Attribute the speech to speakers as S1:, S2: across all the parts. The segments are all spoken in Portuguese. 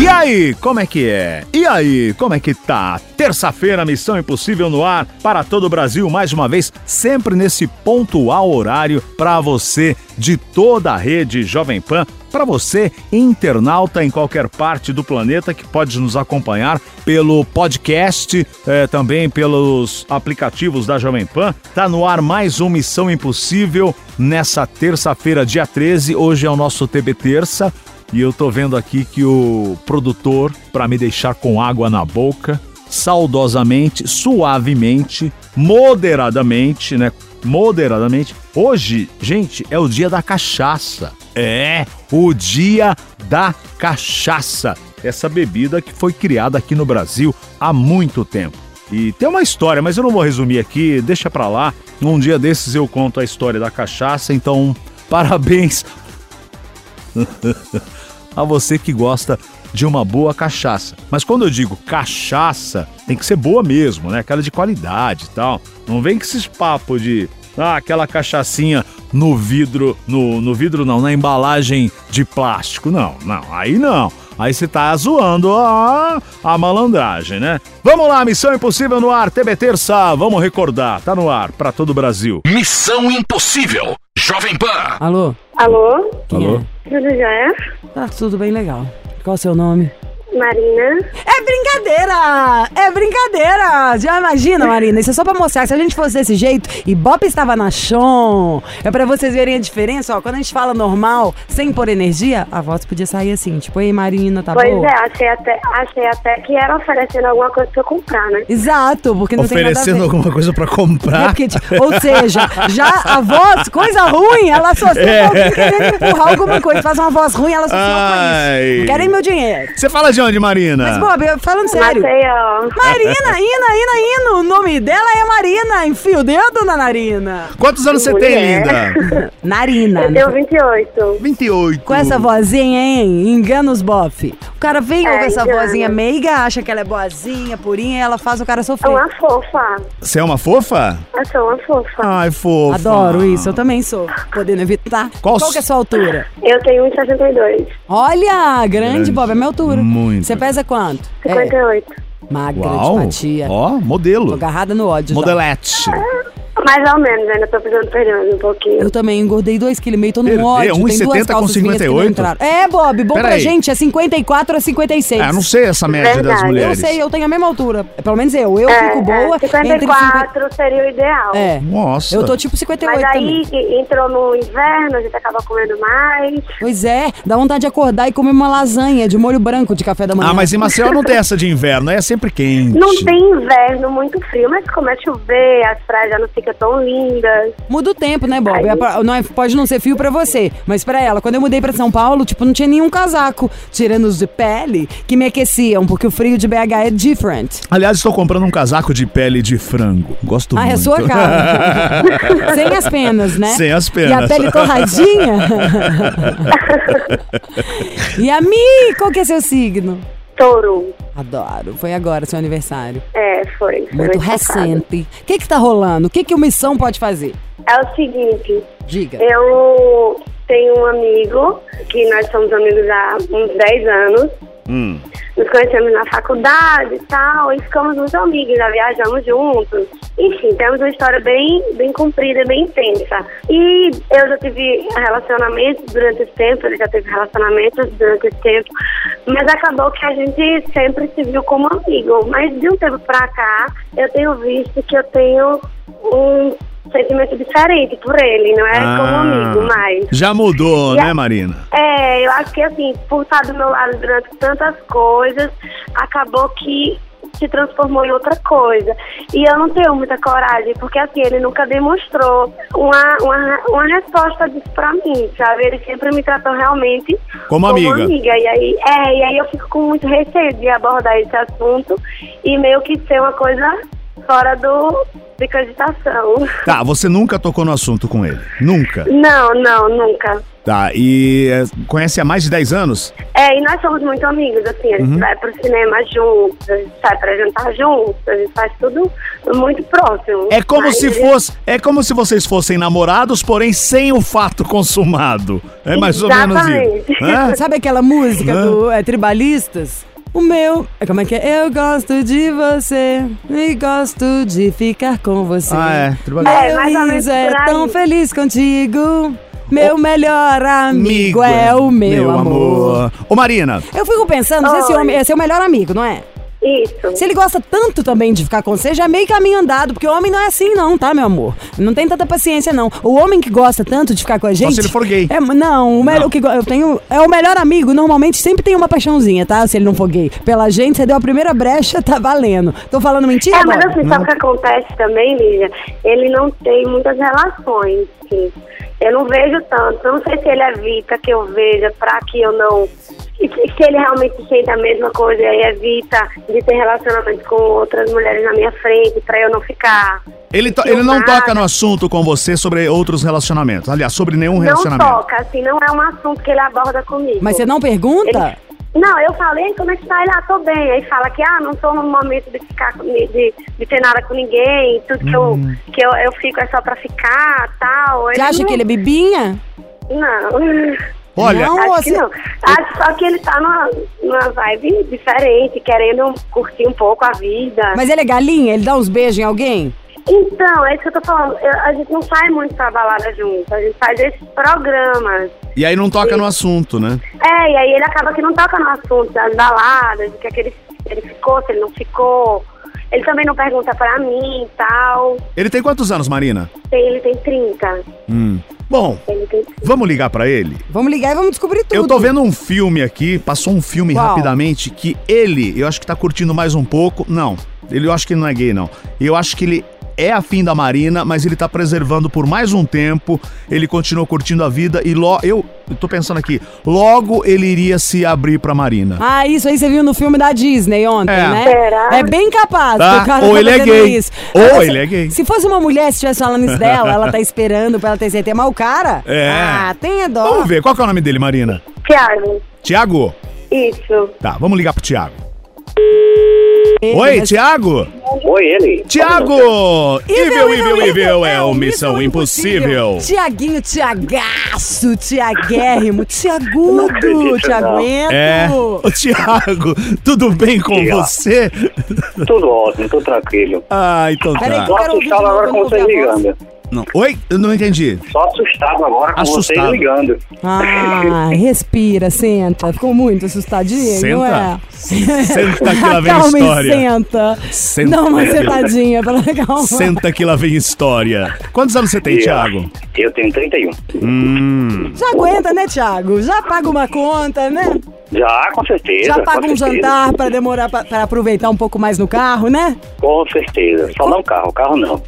S1: E aí, como é que é? E aí, como é que tá? Terça-feira, Missão Impossível no ar para todo o Brasil, mais uma vez, sempre nesse pontual horário para você de toda a rede Jovem Pan, para você internauta em qualquer parte do planeta que pode nos acompanhar pelo podcast, eh, também pelos aplicativos da Jovem Pan. Tá no ar mais um Missão Impossível nessa terça-feira, dia 13. Hoje é o nosso TB Terça. E eu tô vendo aqui que o produtor, para me deixar com água na boca, saudosamente, suavemente, moderadamente, né? Moderadamente. Hoje, gente, é o dia da cachaça. É, o dia da cachaça. Essa bebida que foi criada aqui no Brasil há muito tempo. E tem uma história, mas eu não vou resumir aqui, deixa pra lá. Um dia desses eu conto a história da cachaça, então parabéns a você que gosta de uma boa cachaça. Mas quando eu digo cachaça, tem que ser boa mesmo, né? Aquela de qualidade e tal. Não vem com esses papos de ah, aquela cachaçinha no vidro, no, no vidro não, na embalagem de plástico. Não, não, aí não. Aí você tá zoando a, a malandragem, né? Vamos lá, Missão Impossível no ar, TB Terça, vamos recordar, tá no ar pra todo o Brasil.
S2: Missão Impossível. Jovem Pan.
S3: Alô?
S4: Alô,
S3: Quem
S1: Alô?
S3: é?
S4: tudo jóia?
S3: Tá tudo bem legal. Qual o seu nome?
S4: Marina.
S3: É brincadeira! É brincadeira! Já imagina, Marina, isso é só pra mostrar que se a gente fosse desse jeito, e Bop estava na chão. É pra vocês verem a diferença, ó. Quando a gente fala normal, sem pôr energia, a voz podia sair assim, tipo, ei, Marina, tá
S4: pois
S3: boa?
S4: é, achei até, achei até que era oferecendo alguma coisa pra eu comprar, né?
S3: Exato, porque não tem
S1: Oferecendo um
S3: nada a ver.
S1: alguma coisa pra comprar.
S3: É porque, tipo, ou seja, já a voz, coisa ruim, ela associa
S1: É.
S3: com alguém querendo empurrar alguma coisa. Faz uma voz ruim, ela associa com
S1: Ai.
S3: isso. Não querem meu dinheiro.
S1: Você fala de onde, Marina?
S3: Mas, Bob, eu- falando sério.
S4: é Maceió.
S3: Marina, Ina, Ina, Ino. O nome dela é Marina. Enfia o dedo na narina.
S1: Quantos anos você tem,
S4: Mulher.
S1: linda?
S3: Narina. né?
S4: Eu tenho 28.
S1: 28.
S3: Com essa vozinha, hein? Engana os bofe. O cara vem
S4: É,
S3: com essa
S4: engana.
S3: vozinha meiga, acha que ela é boazinha, purinha, e ela faz o cara
S4: É
S3: sofrer.
S4: uma fofa.
S1: Você é uma fofa?
S4: Eu sou uma
S3: Ah.
S4: fofa.
S1: Ai, fofa.
S3: Adoro isso, eu também sou. Podendo evitar.
S1: Qual s-
S3: Qual, que é a sua altura?
S4: Eu tenho 1,62.
S3: Olha, grande,
S1: Grande.
S3: Bob, é minha altura.
S1: Muito.
S3: Você pesa quanto? É,
S4: 58.
S3: magra,
S1: Uau.
S3: antipatia.
S1: Ó,
S3: Tô
S1: modelo.
S3: agarrada no ódio. já.
S1: Modelete. Ah,
S4: Mais ou menos, ainda tô precisando perder um pouquinho.
S3: Eu também engordei 2,5 kg, tô num
S1: Perdeu,
S3: ódio. Tem
S1: 1,70
S3: duas
S1: com
S3: calças minhas que não
S1: 58?
S3: entraram. É, Bob, bom
S1: Pera
S3: pra
S1: aí.
S3: gente é 54 a 56.
S1: Ah, não sei essa média das
S4: Verdade.
S3: Eu
S1: mulheres.
S3: sei, eu tenho a mesma altura. Pelo menos eu. Eu
S4: É,
S3: fico
S4: é,
S3: boa. entre 50...
S4: 54 seria o ideal.
S3: É.
S1: Nossa.
S3: Eu tô tipo 58
S4: Mas
S3: também.
S4: aí que entrou no inverno, a gente acaba comendo mais.
S3: Pois é, dá vontade de acordar e comer uma lasanha de molho branco de café da manhã.
S1: Ah, mas em Maceió não tem essa de inverno, é sempre quente.
S4: Não tem inverno muito frio, mas começa a chover, as praias já não ficam tão lindas.
S3: Muda o tempo, né, Bob?
S4: Aí-
S3: É pra- não é- pode não ser fio pra você, mas pra ela. Quando eu mudei pra São Paulo, tipo, não tinha nenhum casaco, tirando os de pele, que me aqueciam, porque o frio de BH é different.
S1: Aliás, estou comprando um casaco de pele de frango. Gosto
S3: Ah,
S1: muito.
S3: é sua cara. Sem as penas, né?
S1: Sem as penas.
S3: E a pele torradinha. e a mim, qual que é seu signo?
S4: Touro.
S3: Adoro. Foi agora seu aniversário.
S4: É, foi. foi
S3: Muito
S4: mês passado.
S3: recente. O que que tá rolando? O que que o Missão pode fazer?
S4: É o seguinte,
S3: Diga.
S4: eu tenho um amigo, que nós somos amigos há uns 10 anos.
S1: Hum.
S4: Nos conhecemos na faculdade e tal, e ficamos muito amigos, já viajamos juntos. Enfim, temos uma história bem, bem comprida, bem intensa. E eu já tive relacionamentos durante esse tempo, ele já teve relacionamentos durante esse tempo, mas acabou que a gente sempre se viu como amigo. Mas de um tempo pra cá, eu tenho visto que eu tenho um sentimento diferente por ele, não é
S1: Ah.
S4: como amigo mais.
S1: Já mudou,
S4: E a-
S1: né, Marina?
S4: É, eu acho que assim, por estar do meu lado durante tantas coisas, acabou que se transformou em outra coisa. E eu não tenho muita coragem, porque assim, ele nunca demonstrou uma, uma, uma resposta disso pra mim, sabe? Ele sempre me tratou realmente
S1: Como amiga.
S4: E aí, é, e aí eu fico com muito receio de abordar esse assunto e meio que ser uma coisa fora do de cogitação.
S1: Tá, você nunca tocou no assunto com ele. Nunca.
S4: Não, não, nunca.
S1: Tá, e é, conhece há mais de 10 anos?
S4: É, e nós somos muito amigos, assim, a
S1: Uhum.
S4: gente vai pro cinema juntos, a gente sai pra jantar juntos, a gente faz tudo muito próximo.
S1: É como
S4: Mas
S1: se
S4: ele-
S1: fosse, é como se vocês fossem namorados, porém sem o fato consumado. É mais ou menos isso.
S4: Exatamente.
S1: né?
S3: Ah, Sabe aquela música
S1: Hã?
S3: do é, Tribalistas? O meu. é, Como é que é? Eu gosto de você e gosto de ficar com você.
S1: Ah, é. Tribalistas.
S4: É,
S3: Meu
S4: mais ou menos
S3: riso é
S4: por aí.
S3: tão feliz contigo. Meu melhor amigo é o meu, amor.
S1: Ô Marina,
S3: Eu fico pensando, se esse
S4: Oi.
S3: homem é seu melhor amigo, não é?
S4: Isso.
S3: Se ele gosta tanto também de ficar com você, já é meio caminho andado, porque homem não é assim não, tá, meu amor? Não tem tanta paciência não. O homem que gosta tanto de ficar com a gente...
S1: se ele for gay.
S3: É, não, o melhor
S1: Não.
S3: que go- eu tenho... É o melhor amigo, normalmente sempre tem uma paixãozinha, tá? Se ele não for gay. Pela gente, você deu a primeira brecha, tá valendo. Tô falando mentira,
S4: É, mas
S3: Bob?
S1: né?
S4: assim, sabe o que acontece também, Lígia? Ele não tem muitas relações, assim. Eu não vejo tanto. Eu não sei se ele evita que eu veja pra que eu não. E se se ele realmente sente a mesma coisa e evita de ter relacionamento com outras mulheres na minha frente pra eu não ficar.
S1: ele, to- ele não
S4: filmada.
S1: toca no assunto com você sobre outros relacionamentos. Aliás, sobre nenhum
S4: Não
S1: Um relacionamento.
S4: toca, assim, não é um assunto que ele aborda comigo.
S3: Mas você não pergunta?
S4: Ele- Não, eu falei, como é que tá? Ele, ah, tô bem. Aí fala que, ah, não tô no momento de ficar, com- de, de ter nada com ninguém, tudo que, eu, que eu, eu fico é só pra ficar, tal.
S3: Hum. Você acha
S4: não-
S3: que ele é bibinha?
S4: Não.
S1: Olha,
S3: Não.
S4: Acho que
S3: você-
S4: não. Acho só que ele tá numa, numa vibe diferente, querendo curtir um pouco a
S1: Ah.
S4: vida.
S3: Mas ele é galinha? Ele dá uns beijos em alguém?
S4: Então, é isso que eu tô falando. Eu- a gente não sai muito pra balada junto, a gente faz esses programas.
S1: e aí não toca no assunto, né?
S4: É, e aí ele acaba que não toca no assunto das baladas, de que aquele, se ele ficou, se ele não ficou. Ele também não pergunta pra mim e tal.
S1: Ele tem quantos anos, Marina?
S4: Tem, ele tem 30.
S1: Hum. Bom,
S4: Ele tem...
S1: vamos ligar pra ele?
S3: Vamos ligar e vamos descobrir tudo.
S1: Eu tô vendo um filme aqui, passou um filme
S3: Qual?
S1: rapidamente que ele, eu acho que tá curtindo mais um pouco. Não, ele eu acho que ele não é gay, não. Eu acho que ele é afim da Marina, mas ele tá preservando por mais um tempo. Ele continuou curtindo a vida e logo. Eu, eu tô pensando aqui, logo ele iria se abrir pra Marina.
S3: Ah, isso aí você viu no filme da Disney ontem,
S1: É.
S3: né?
S4: Será?
S3: É bem capaz.
S1: Tá,
S3: que o cara
S1: ou
S3: tá
S1: ele é
S3: fazendo
S1: gay.
S3: isso.
S1: Ou
S3: Agora,
S1: ele
S3: se-
S1: é gay.
S3: Se fosse uma mulher, se estivesse falando isso dela, ela tá esperando pra ela ter certeza. Mas o cara...
S1: É.
S3: Ah, tenha dó.
S1: Vamos ver, qual que é o nome dele, Marina?
S4: Tiago,
S1: Tiago?
S4: isso.
S1: Tá, vamos ligar pro Tiago.
S3: Ele,
S1: Oi,
S3: mas-
S1: Tiago?
S5: Oi, ele.
S1: Tiago! Evil,
S3: Evil,
S1: evil, evil é o
S3: o
S1: Missão Impossível.
S3: Tiaguinho, Tiagaço, Tiaguérrimo, Tiagudo,
S5: acredito, não.
S3: Tiaguento.
S1: É. Ô, Tiago, tudo bem com
S5: Diga.
S1: você?
S5: Tudo ótimo, tô tranquilo.
S1: Ah, então
S3: Peraí,
S1: tá.
S5: Tô
S3: Quero ouvir de
S5: assustado
S3: novo,
S5: agora com
S3: vamos
S5: vocês
S3: ouvir a voz.
S5: ligando.
S1: Não. Oi? Eu não entendi.
S5: Só assustado agora com
S1: Assustado.
S5: vocês ligando.
S3: Ah, respira, senta. Ficou muito assustadinho, não é?
S1: Senta. Senta que lá vem
S3: Calma e
S1: história.
S3: senta.
S1: Senta.
S3: Dá uma sentadinha, pela calma.
S1: Senta que lá vem história. Quantos anos você tem,
S5: E, ó,
S1: Tiago?
S5: Eu tenho 31.
S3: Já aguenta, né, Thiago? Já paga uma conta, né?
S5: Já, com certeza.
S3: Já paga
S5: com
S3: um
S5: certeza.
S3: jantar pra demorar pra, pra aproveitar um pouco mais no carro, né?
S5: Com certeza. Só não carro, carro não.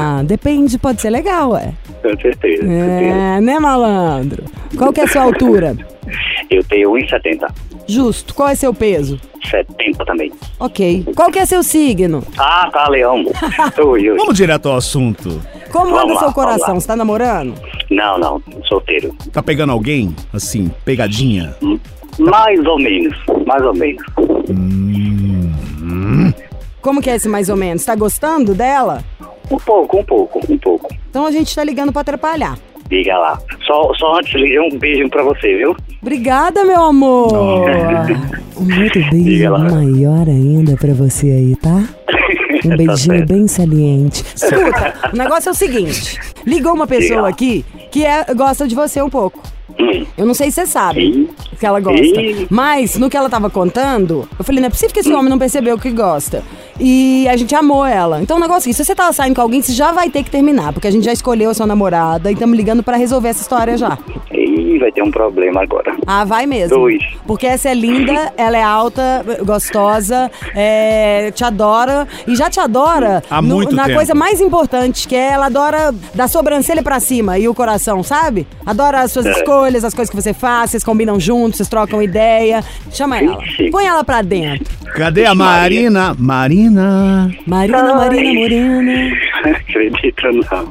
S3: Ah, depende, pode ser legal, ué.
S5: com certeza, com certeza.
S3: É, né, malandro? Qual que é a sua altura?
S5: Eu tenho 1,70.
S3: Justo, qual é seu peso?
S5: 70 também.
S3: Ok. Qual que é seu signo?
S5: Ah, tá, Leão. ui, ui.
S1: Vamos direto ao assunto.
S3: Como anda
S5: Vamos lá,
S3: seu
S5: vamos
S3: coração?
S5: lá.
S3: Você tá namorando?
S5: Não, não. Solteiro.
S1: Tá pegando alguém? Assim, pegadinha?
S5: Mais ou menos. Mais ou menos.
S3: Como que é esse mais ou menos? Tá gostando dela?
S5: Um pouco, um pouco, um pouco.
S3: Então a gente tá ligando pra atrapalhar.
S5: Diga lá. Só, só antes, Lígia, um beijo pra você, viu?
S3: Obrigada, meu amor! Um outro
S5: Diga
S3: beijo
S5: lá.
S3: maior ainda pra você aí, tá? Um beijinho
S5: certo.
S3: bem saliente. Escuta, o negócio é o seguinte: ligou uma pessoa
S5: Diga.
S3: aqui que é- gosta de você um pouco.
S5: Hum.
S3: Eu não sei se você sabe
S5: Sim.
S3: que ela gosta.
S5: Sim. Hum.
S3: Mas no que ela tava contando, eu falei, não é possível que esse homem não percebeu que gosta. E a gente amou ela. Então o negócio é que se você tava saindo com alguém, você já vai ter que terminar, porque a gente já escolheu a sua namorada e estamos ligando pra resolver essa história já.
S5: Ih, vai ter um problema agora.
S3: Ah, vai mesmo.
S5: Dois.
S3: Porque essa é linda, ela é alta, gostosa, é, te adora. E já te adora
S1: Há muito
S3: na
S1: tempo.
S3: coisa mais importante, que é ela adora da sobrancelha pra cima e o coração, sabe? Adora as suas
S5: É.
S3: escolhas, as coisas que você faz, vocês combinam juntos, vocês trocam ideia. Chama ela.
S5: Ixi.
S3: Põe ela pra dentro.
S1: Cadê a Marina? Marina.
S3: Marina, Marina, Morena.
S5: É Acredito não.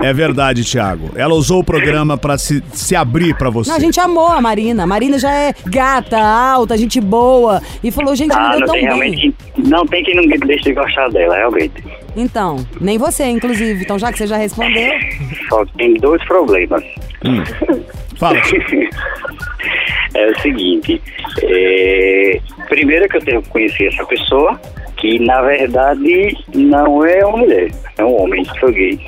S1: É verdade, Thiago. Ela usou o programa pra se, se abrir pra você.
S3: Não, a gente amou a Marina. A Marina já é gata, alta, gente boa. E falou, gente, me
S5: Ah,
S3: deu
S5: não
S3: tão
S5: tem
S3: bem.
S5: realmente. Não tem quem não deixe de gostar dela, realmente.
S3: Então, nem você, inclusive. Então, já que você já respondeu.
S5: Só que tem dois problemas.
S1: Fala. Thiago.
S5: é o seguinte, é, primeiro que eu tenho que conhecer essa pessoa, que na verdade não é uma mulher, é um homem, sou gay.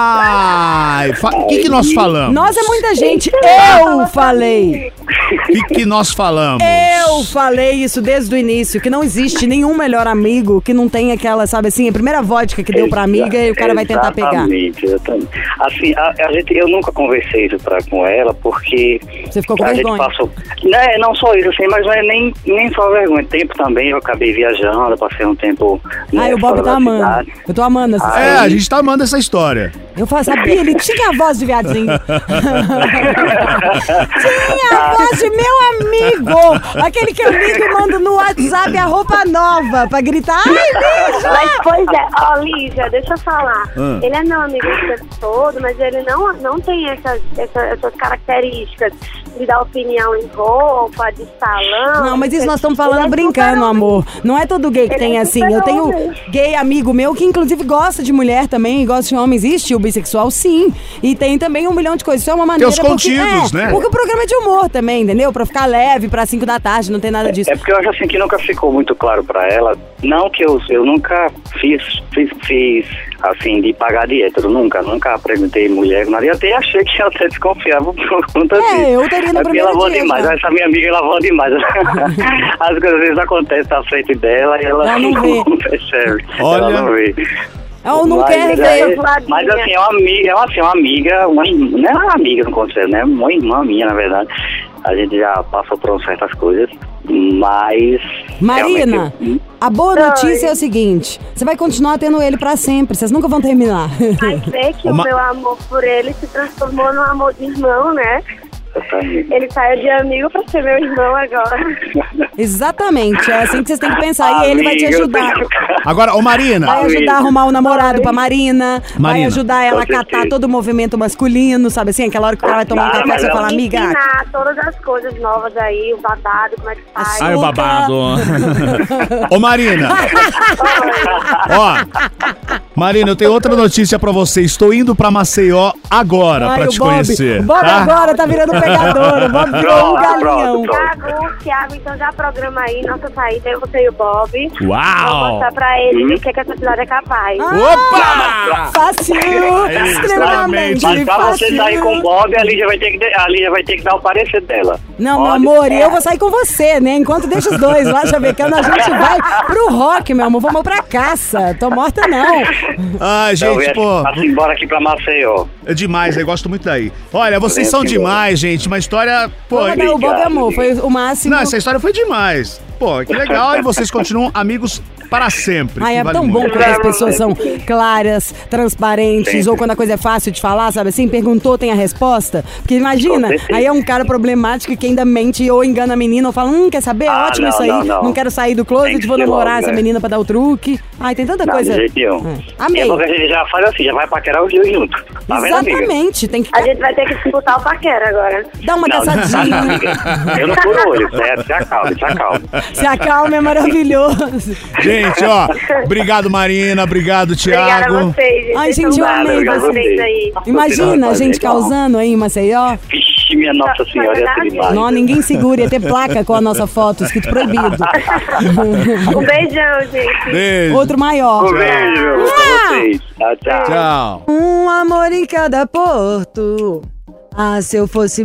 S1: Ai, fa- o que, que nós falamos?
S3: Nossa, é muita gente.
S5: Então,
S4: Então,
S3: Eu
S4: assim,
S5: assim.
S3: falei.
S1: O que, que nós falamos?
S3: Eu falei isso desde o início, que não existe nenhum melhor amigo que não tem aquela, sabe assim, a primeira vodka que deu pra amiga e o cara vai tentar pegar.
S5: Exatamente, exatamente. Assim, a, a gente, eu nunca conversei isso pra, com ela, porque...
S3: Você ficou com
S5: a
S3: vergonha.
S5: Gente passou, né, não só isso, assim, mas não é nem, nem só vergonha. Tempo também, eu acabei viajando, eu passei um tempo... né,
S3: Ai, o Bob
S5: fora
S3: tá
S5: da
S3: amando.
S5: cidade.
S3: Eu tô amando essa
S1: É,
S3: série.
S1: a gente tá amando essa história.
S3: Eu falo, sabia? Ele tinha a voz de viadinho. tinha a voz de meu amigo. Aquele que eu ligo e mando no WhatsApp a roupa nova pra gritar, ai, bicho!
S4: Mas, pois é, ó, Lígia, deixa eu falar.
S1: Ah.
S4: Ele é meu amigo o tempo todo, mas ele não, não tem essas, essa- essas características de dar opinião em roupa, de salão.
S3: Não, mas isso nós estamos falando
S4: Ele é
S3: brincando,
S4: super
S3: amor. Não é todo gay que
S4: Ele
S3: tem
S4: é
S3: assim.
S4: super
S3: Eu tenho
S4: homem.
S3: gay amigo meu que, inclusive, gosta de mulher também, e gosta de homem. Existe o bissexual, sim. E tem também um milhão de coisas. Isso é uma maneira.
S1: os
S3: porque-
S1: contidos,
S3: é,
S1: né?
S3: Porque o programa é de humor também, entendeu? Pra ficar leve, pra 5 da tarde, não tem nada disso.
S5: É porque eu acho assim que nunca ficou muito claro pra ela. Não que eu, eu nunca fiz, fiz, fiz, assim, de pagar de hétero. Nunca, nunca apresentei mulher com nada. E até achei que ela até desconfiava por conta
S3: É,
S5: disso.
S3: eu teria no
S5: É porque ela
S3: primeiro
S5: voa
S3: dia, então.
S5: demais.
S3: já.
S5: Essa minha amiga, ela voa demais. As coisas às vezes acontecem na frente dela e ela,
S3: Ela não vê.
S5: percebe.
S1: Olha.
S5: Ela não vê.
S3: Ela não
S5: Mas
S3: quer
S5: é-
S3: ver.
S5: Mas assim, é uma amiga, é uma, assim, uma amiga, uma, irm- não é uma amiga no conselho, né? Uma irmã minha, na verdade. A gente já passou por certas coisas, mas.
S3: Marina,
S5: realmente eu-
S3: a boa notícia é o seguinte: você vai continuar tendo ele pra sempre, vocês nunca vão terminar.
S4: Mas vê que
S1: Uma-
S4: o meu amor por ele se transformou num amor de irmão, né?
S5: Exatamente.
S4: Ele saiu de amigo pra ser meu irmão agora.
S3: Exatamente, é assim que vocês têm que pensar. E ele vai te
S5: Amiga, eu
S3: ajudar.
S5: tenho-
S1: Agora, ô
S3: Vai
S1: Marina,
S3: ajudar a arrumar o namorado pra Marina. Vai
S1: Marina.
S3: ajudar ela a
S5: Com certeza.
S3: catar todo o movimento masculino, sabe assim? Aquela hora que o cara vai tomar um
S5: Ah,
S3: café,
S5: mas
S3: você
S5: ela-
S3: fala, amiga.
S4: Ensinar todas as coisas novas aí, o babado, como é que faz.
S3: Ai,
S6: Ai, o babado.
S1: ô Marina, ó. Marina, eu tenho outra notícia pra você. Estou indo pra Maceió agora
S3: Ai,
S1: pra
S3: o
S1: te
S3: Bob.
S1: conhecer.
S3: O Bob
S1: tá?
S3: agora tá virando pegador. O Bob virou um
S5: Pronto, pronto,
S3: galinhão.
S5: pronto.
S4: Thiago, Thiago, então já programa aí nossa saída, eu, você e o Bob. Vou
S1: Uau!
S4: mostrar pra ele do que, que essa cidade é capaz.
S3: Ah.
S1: Opa!
S3: Fácil!
S1: É,
S3: extremamente
S1: exatamente.
S5: Mas pra você sair com o
S3: fácil.
S5: Bob, a Lígia vai ter que, de- a Lígia vai ter que dar o parecer dela.
S3: Não, meu
S5: Olha,
S3: amor, e
S5: é.
S3: eu vou sair com você, né? Enquanto deixa os dois lá chavecando, a gente vai pro rock, meu amor. Vamos pra caça. Tô morta, não. é
S1: Ai,
S5: Então,
S1: gente,
S5: eu
S1: pô.
S5: ia- assim, embora aqui pra Maceió.
S1: É demais, eu gosto muito daí. Olha, vocês são demais, gente. Uma história. Pô,
S3: é Vamos dar um o Bob amor, foi o máximo.
S1: não, essa história foi demais. Pô, que legal. E vocês continuam amigos para sempre.
S3: Ai,
S1: que
S3: é
S1: vale
S3: tão
S1: muito.
S3: bom quando as pessoas são claras, transparentes,
S5: Sempre.
S3: ou quando a coisa é fácil de falar, sabe assim? Perguntou, tem a resposta. Porque imagina,
S5: Com certeza.
S3: aí é um cara problemático que ainda mente ou engana a menina ou fala, hum, quer saber? É
S5: Ah,
S3: ótimo
S5: não,
S3: isso aí.
S5: não, não.
S3: quero sair do
S5: Tem
S3: closet,
S5: que
S3: vou
S5: ser
S3: namorar
S5: logo,
S3: essa
S5: né?
S3: menina pra dar o truque. Ai, tem tanta
S5: Não,
S3: coisa.
S5: de jeito nenhum.
S3: É. Amei.
S5: É porque a gente já faz assim, já vai paquerar os dois juntos. Tá vendo, amiga?
S3: Exatamente, tem que
S4: A gente vai ter que disputar o paquera agora.
S3: dar uma
S5: Não,
S3: caçadinha.
S5: amiga, Eu não furo o olho, certo? Se acalme, se acalme.
S3: Se acalma, é maravilhoso.
S1: Gente, ó, obrigado, Marina. Obrigado,
S4: Obrigada a
S1: Thiago.
S4: vocês. gente.
S3: Ai,
S4: Vocês
S3: gente,
S4: são
S3: eu
S4: bravos,
S3: amei
S5: obrigado a
S4: vocês
S5: vocês.
S4: aí.
S3: Imagina a
S5: fazer,
S3: gente
S5: não.
S3: causando aí em Maceió.
S5: Vixe, minha Nossa
S4: Só-
S5: Senhora,
S4: só
S5: essa
S4: verdade?
S5: demais.
S3: Não, ninguém segura, ia ter placa com a nossa foto, escrito proibido.
S4: Um beijão, gente.
S1: Beijo.
S3: Outro maior.
S5: Um beijo pra vocês. Tchau, Ah! tchau.
S1: Tchau.
S3: Um amor em cada porto. Ah, se eu fosse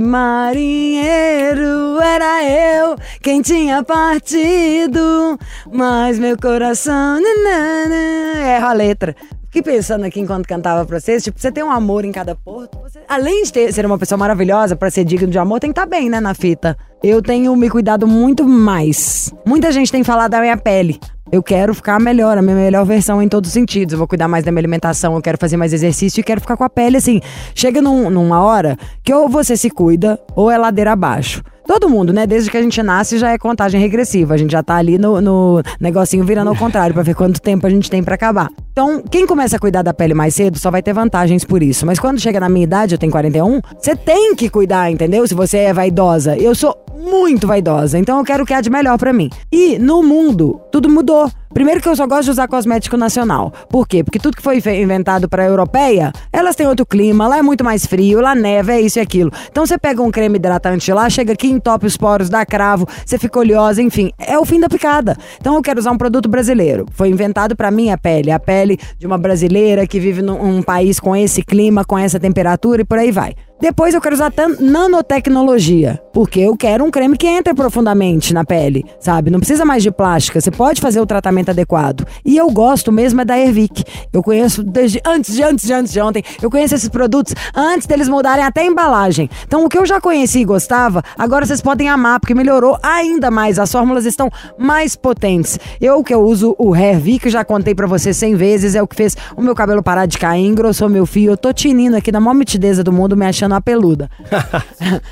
S3: marinheiro, era eu quem tinha partido. Mas meu coração. nanana, erro a letra. Fiquei pensando aqui enquanto cantava pra vocês. Tipo, você tem um amor em cada porto. você- além de ter- ser uma pessoa maravilhosa, pra ser digno de amor, tem que estar bem, né, na fita. Eu tenho me cuidado muito mais. Muita gente tem falado da minha pele. Eu quero ficar melhor, a minha melhor versão em todos os sentidos. Eu vou cuidar mais da minha alimentação, eu quero fazer mais exercício e quero ficar com a pele assim. Chega num- numa hora que ou você se cuida ou é ladeira abaixo. Todo mundo, né? Desde que a gente nasce já é contagem regressiva. A gente já tá ali no, no negocinho virando ao contrário pra ver quanto tempo a gente tem pra acabar. Então, quem começa a cuidar da pele mais cedo só vai ter vantagens por isso. Mas quando chega na minha idade, eu tenho 41, você tem que cuidar, entendeu? Se você é vaidosa. Eu sou muito vaidosa, então eu quero o que há de melhor pra mim. E no mundo, tudo mudou. Primeiro que eu só gosto de usar cosmético nacional. Por quê? Porque tudo que foi fe- inventado pra europeia, elas têm outro clima, lá é muito mais frio, lá neva, é isso e aquilo. Então você pega um creme hidratante lá, chega aqui, entope os poros, dá cravo, você fica oleosa, enfim, é o fim da picada. Então eu quero usar um produto brasileiro. Foi inventado pra minha pele, a pele de uma brasileira que vive num um país com esse clima, com essa temperatura e por aí vai. Depois eu quero usar tan- nanotecnologia, porque eu quero um creme que entra profundamente na pele, sabe? Não precisa mais de plástica, você pode fazer o tratamento adequado. E eu gosto mesmo é da Ervic. Eu conheço desde antes de antes de antes de ontem. Eu conheço esses produtos antes deles mudarem até a embalagem. Então o que eu já conheci e gostava, agora vocês podem amar, porque melhorou ainda mais. As fórmulas estão mais potentes. Eu que eu uso o Hervic, já contei pra você 100 vezes, é o que fez o meu cabelo parar de cair, engrossou meu fio. Eu tô tinindo aqui na maior mitideza do mundo, me achando uma peluda.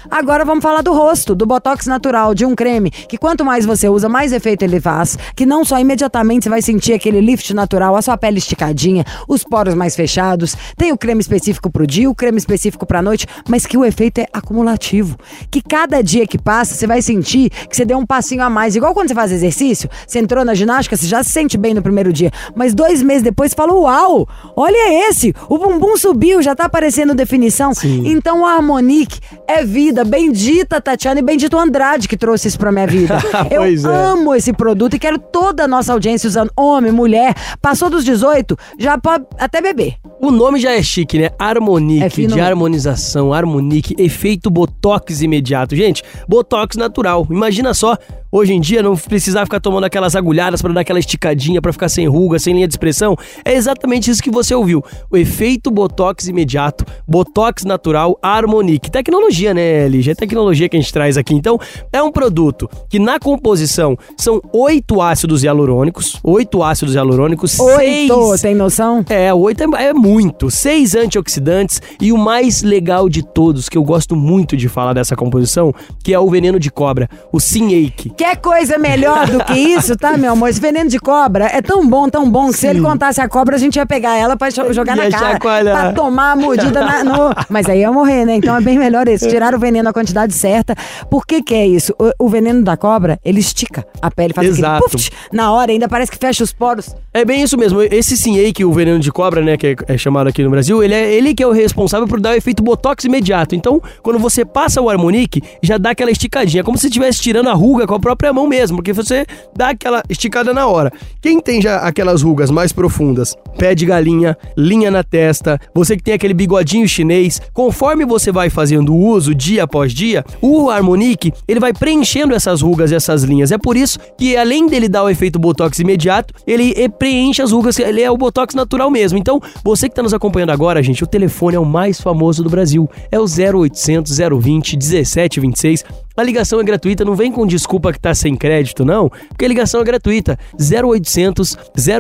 S3: Agora vamos falar do rosto, do Botox natural, de um creme que quanto mais você usa, mais efeito ele faz. Que não só imediatamente você vai sentir aquele lift natural, a sua pele esticadinha, os poros mais fechados. Tem o creme específico pro dia, o creme específico pra noite, mas que o efeito é acumulativo. Que cada dia que passa, você vai sentir que você deu um passinho a mais. Igual quando você faz exercício, você entrou na ginástica, você já se sente bem no primeiro dia. Mas dois meses depois, você fala: Uau, olha esse! O bumbum subiu, já tá aparecendo definição. Então, o Harmonique é vida. Bendita Tatiana e bendito Andrade que trouxe isso pra minha vida. Eu
S6: Pois é.
S3: amo esse produto e quero toda a nossa audiência usando homem, mulher. Passou dos 18, já pode até beber.
S6: O nome já é chique, né? Harmonique,
S3: É fino
S6: de
S3: mesmo.
S6: harmonização, harmonique, efeito botox imediato. Gente, botox natural. Imagina só, hoje em dia não precisar ficar tomando aquelas agulhadas pra dar aquela esticadinha, pra ficar sem ruga, sem linha de expressão. É exatamente isso que você ouviu. O efeito botox imediato, botox natural, harmonique. Tecnologia, né, LG? É tecnologia que a gente traz aqui. Então, é um produto que na composição são oito ácidos hialurônicos, oito ácidos hialurônicos,
S3: Oito,
S6: seis
S3: tem noção?
S6: é, oito é, é muito. Seis antioxidantes e o mais legal de todos, que eu gosto muito de falar dessa composição, que é o veneno de cobra, o Sinhake.
S3: Quer coisa melhor do que isso, tá, meu amor? Esse veneno de cobra é tão bom, tão bom. que Se ele contasse a cobra, a gente ia pegar ela pra jo- jogar
S6: Ia
S3: na cara.
S6: chacoalhar.
S3: Pra tomar a mordida na, no... Mas aí ia morrer, né? Então é bem melhor esse. Tirar o veneno na quantidade certa. Por que que é isso? O, o veneno da cobra, ele estica a pele. Faz
S6: Exato.
S3: aquele puff, na hora, ainda parece que fecha os poros.
S6: É bem isso mesmo. Esse Sinhake, o veneno de cobra, né, que é, é chamado aqui no Brasil, ele é ele que é o responsável por dar o efeito botox imediato. Então, quando você passa o harmonique, já dá aquela esticadinha, como se estivesse tirando a ruga com a própria mão mesmo, porque você dá aquela esticada na hora. Quem tem já aquelas rugas mais profundas, pé de galinha, linha na testa, você que tem aquele bigodinho chinês, conforme você vai fazendo o uso dia após dia, o Harmonique, ele vai preenchendo essas rugas e essas linhas. É por isso que além dele dar o efeito botox imediato, ele eh, preenche as rugas, ele é o botox natural mesmo. Então, você que tá nos acompanhando agora, gente, o telefone é o mais famoso do Brasil. É o 0800 020 1726. A ligação é gratuita, não vem com desculpa que tá sem crédito, não, porque a ligação é gratuita. 0800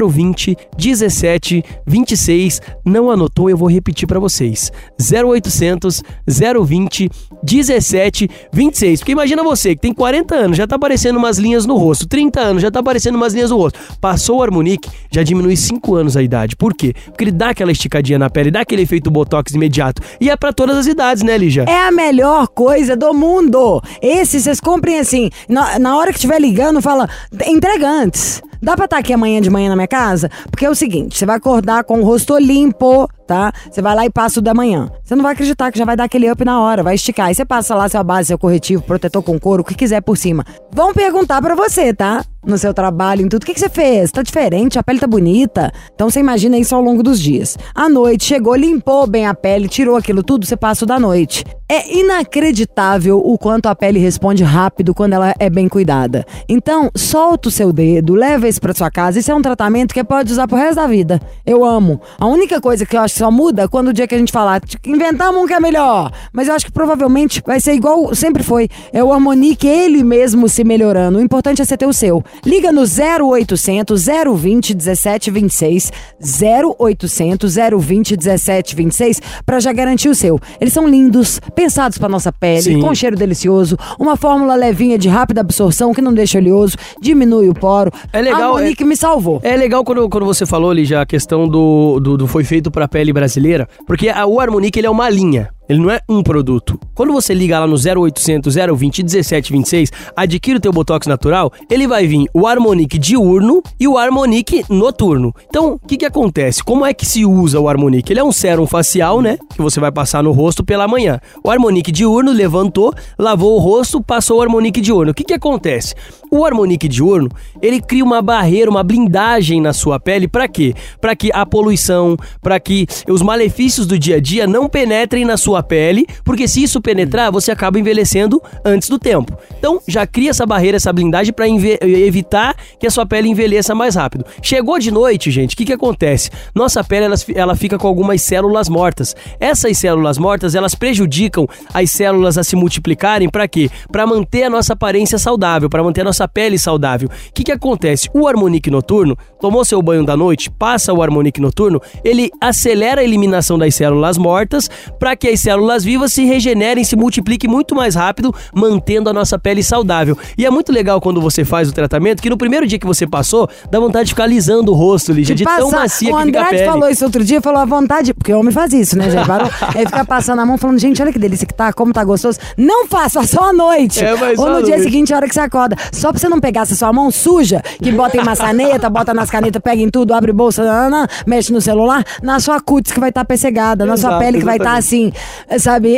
S6: 020 17 26. Não anotou, eu vou repetir pra vocês. 0800 020 17 26. Porque imagina você que tem 40 anos, já tá aparecendo umas linhas no rosto, 30 anos, já tá aparecendo umas linhas no rosto. Passou o Harmonique, já diminui 5 anos a idade. Por quê? Porque ele dá aquela esticadinha na pele, dá aquele efeito botox imediato. E é pra todas as idades, né, Lígia?
S3: É a melhor coisa do mundo. Esse, vocês comprem assim. Na, na hora que estiver ligando, fala, entrega antes. Dá pra estar aqui amanhã de manhã na minha casa? Porque é o seguinte, você vai acordar com o rosto limpo, tá? Você vai lá e passa o da manhã. Você não vai acreditar que já vai dar aquele up na hora, vai esticar. Aí você passa lá sua base, seu corretivo, protetor com couro, o que quiser por cima. Vão perguntar pra você, tá? No seu trabalho, em tudo. O que, que você fez? Tá diferente, a pele tá bonita. Então você imagina isso ao longo dos dias. À noite, chegou, limpou bem a pele, tirou aquilo tudo, você passa o da noite. É inacreditável o quanto a pele responde rápido quando ela é bem cuidada. Então, solta o seu dedo, leva isso pra sua casa. Isso é um tratamento que pode usar pro resto da vida. Eu amo. A única coisa que eu acho que só muda é quando o dia que a gente falar, "Tch, inventamos um que é melhor. Mas eu acho que provavelmente vai ser igual sempre foi. É o Harmonique ele mesmo se melhorando. O importante é você ter o seu. Liga no 0800 020 1726 0800 020 1726 pra já garantir o seu. Eles são lindos, pensados pra nossa pele,
S6: Sim.
S3: com cheiro delicioso, uma fórmula levinha de rápida absorção que não deixa oleoso, diminui o poro.
S6: É legal legal. é-
S3: Monique me salvou.
S6: É legal quando, quando você falou ali já a questão do, do, do foi feito pra pele brasileira, porque a, o Harmonique ele é uma linha. Ele não é um produto. Quando você liga lá no 0800 020 1726, adquire o teu Botox natural, ele vai vir o Harmonique diurno e o Harmonique noturno. Então, o que, que acontece? Como é que se usa o Harmonique? Ele é um sérum facial, né? Que você vai passar no rosto pela manhã. O Harmonique diurno levantou, lavou o rosto, passou o Harmonique diurno. O que, que acontece? O Harmonique diurno, ele cria uma barreira, uma blindagem na sua pele para quê? Para que a poluição, para que os malefícios do dia a dia não penetrem na sua pele, porque se isso penetrar, você acaba envelhecendo antes do tempo. Então, já cria essa barreira, essa blindagem para evitar que a sua pele envelheça mais rápido. Chegou de noite, gente, o que, que acontece? Nossa pele, ela, ela fica com algumas células mortas. Essas células mortas, elas prejudicam as células a se multiplicarem para quê? Para manter a nossa aparência saudável, para manter a nossa pele saudável. O que, que acontece? O harmonique noturno, tomou seu banho da noite, passa o harmonique noturno, ele acelera a eliminação das células mortas para que as células vivas se regenerem, se multipliquem muito mais rápido, mantendo a nossa pele saudável. E é muito legal quando você faz o tratamento, que no primeiro dia que você passou, dá vontade de ficar alisando o rosto, Lígia, de, tão
S3: o
S6: macia que fica a
S3: Andrade
S6: pele.
S3: falou isso outro dia, falou à vontade, porque o homem faz isso, né, gente? Parou, aí fica passando a mão falando, gente, olha que delícia que tá, como tá gostoso. Não faça só à noite.
S6: É, mas
S3: Ou
S6: só
S3: no
S6: à
S3: dia
S6: noite.
S3: seguinte, a hora que você acorda. Só pra você não pegar essa sua mão suja, que bota em maçaneta, bota nas canetas, pega em tudo, abre bolsa, nananã, mexe no celular, na sua cutis que vai estar pessegada, na sua
S6: Exato,
S3: pele que vai estar
S6: exatamente.
S3: assim, sabe,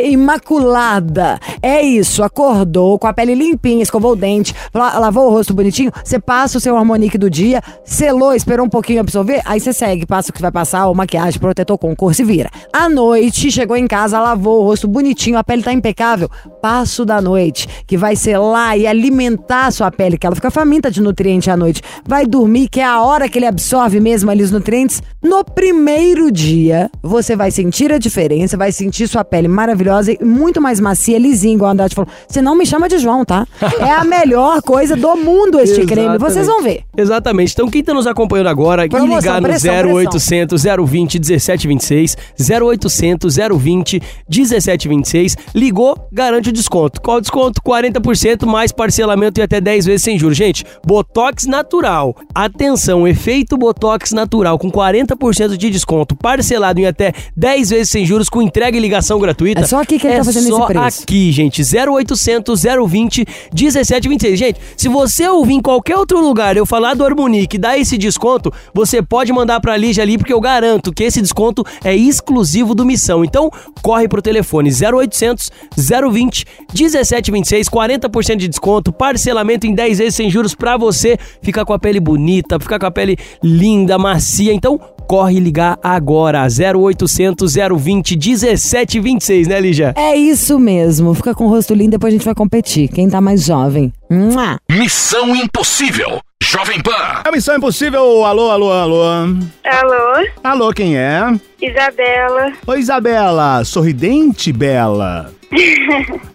S3: imaculada. É isso, acordou com a pele limpinha, escovou o dente, la- lavou o rosto bonitinho, você passa o seu harmonique do dia, selou, esperou um pouquinho absorver, aí você segue, passa o que vai passar, ou maquiagem, protetor, concurso e vira. À noite, chegou em casa, lavou o rosto bonitinho, a pele tá impecável, passo da noite, que vai selar e alimentar a sua pele, que ela fica faminta de nutriente à noite. Vai dormir, que é a hora que ele absorve mesmo ali os nutrientes. No primeiro dia, você vai sentir a diferença, vai sentir sua pele maravilhosa e muito mais macia, lisinha, igual a Andrade falou. Você não me chama de João, tá? É a melhor coisa do mundo este creme. Vocês vão ver.
S6: Exatamente. Então, quem tá nos acompanhando agora, e
S3: Promoção,
S6: ligar no
S3: pressão,
S6: 0800 020 1726, 0800 020 1726, ligou, garante o desconto. Qual o desconto? 40% mais parcelamento e até 10 vezes sem juros. Gente, Botox natural. Atenção, efeito Botox natural com 40% de desconto, parcelado em até 10 vezes sem juros, com entrega e ligação gratuita.
S3: É só aqui que ele
S6: é
S3: tá fazendo esse
S6: só
S3: preço.
S6: aqui aqui, gente. 0800 020 1726. Gente, se você ouvir em qualquer outro lugar eu falar do Harmonique e dar esse desconto, você pode mandar pra Lígia ali, porque eu garanto que esse desconto é exclusivo do Missão. Então, corre pro telefone 0800 020 1726, 40% de desconto, parcelamento em 10 vezes sem juros pra você ficar com a pele bonita, ficar com a pele linda, macia. Então, corre ligar agora 0800 020 1726, né, Lígia?
S3: É isso mesmo. Fica com o rosto lindo, depois a gente vai competir. Quem tá mais jovem. Mua!
S2: Missão Impossível. Jovem Pan.
S1: É Missão Impossível. Alô, alô, alô.
S4: Alô,
S1: Alô, quem é?
S4: Isabela.
S1: Oi, Isabela. Sorridente, Bela.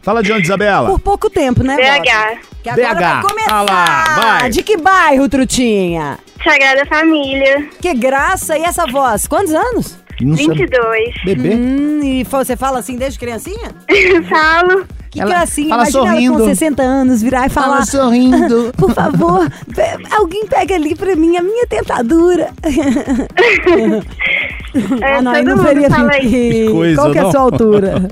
S1: Fala de onde, Isabela?
S3: Por pouco tempo, né, Bob?
S4: BH,
S3: Que agora
S1: BH.
S3: vai começar.
S1: Ah lá, vai.
S3: De que bairro, Trutinha?
S4: Sagrada Família,
S3: Que graça! E essa voz? Quantos anos?
S1: Não sei.
S4: 22.
S1: Bebê?
S3: Hum, e fa- você fala assim desde criancinha?
S4: Falo,
S3: Que
S1: Ela
S3: gracinha,
S1: fala
S3: imagina ela
S1: sorrindo.
S3: com 60 anos virar e falar.
S1: Fala sorrindo.
S3: Por favor, pe- alguém pega ali pra mim a minha tentadura.
S4: É,
S3: ah, não, aí
S4: todo
S3: não
S4: mundo
S3: seria
S4: fala
S3: assim.
S1: Que coisa,
S3: Qual que é a
S1: não?
S3: sua altura?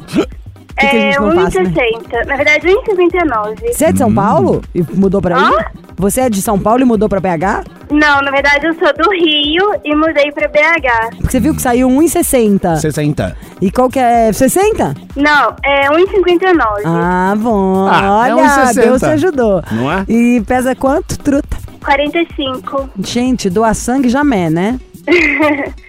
S3: que que a
S4: é
S3: gente não passa, né?
S4: 1,60. Na verdade, 1,59.
S3: Você é de
S1: Hum.
S3: São Paulo e mudou pra aí?
S4: Hã?
S3: Você é de São Paulo e mudou pra BH?
S4: Não, na verdade, eu sou do Rio e mudei pra BH.
S3: Porque você viu que saiu 1,60.
S1: 60.
S3: E qual que é? 60?
S4: Não, é 1,59.
S3: Ah, bom.
S1: Ah, é
S3: Olha,
S1: 1,60.
S3: Deus te ajudou.
S1: Não é?
S3: E pesa quanto, truta?
S4: 45.
S3: Gente, doar sangue jamais, né?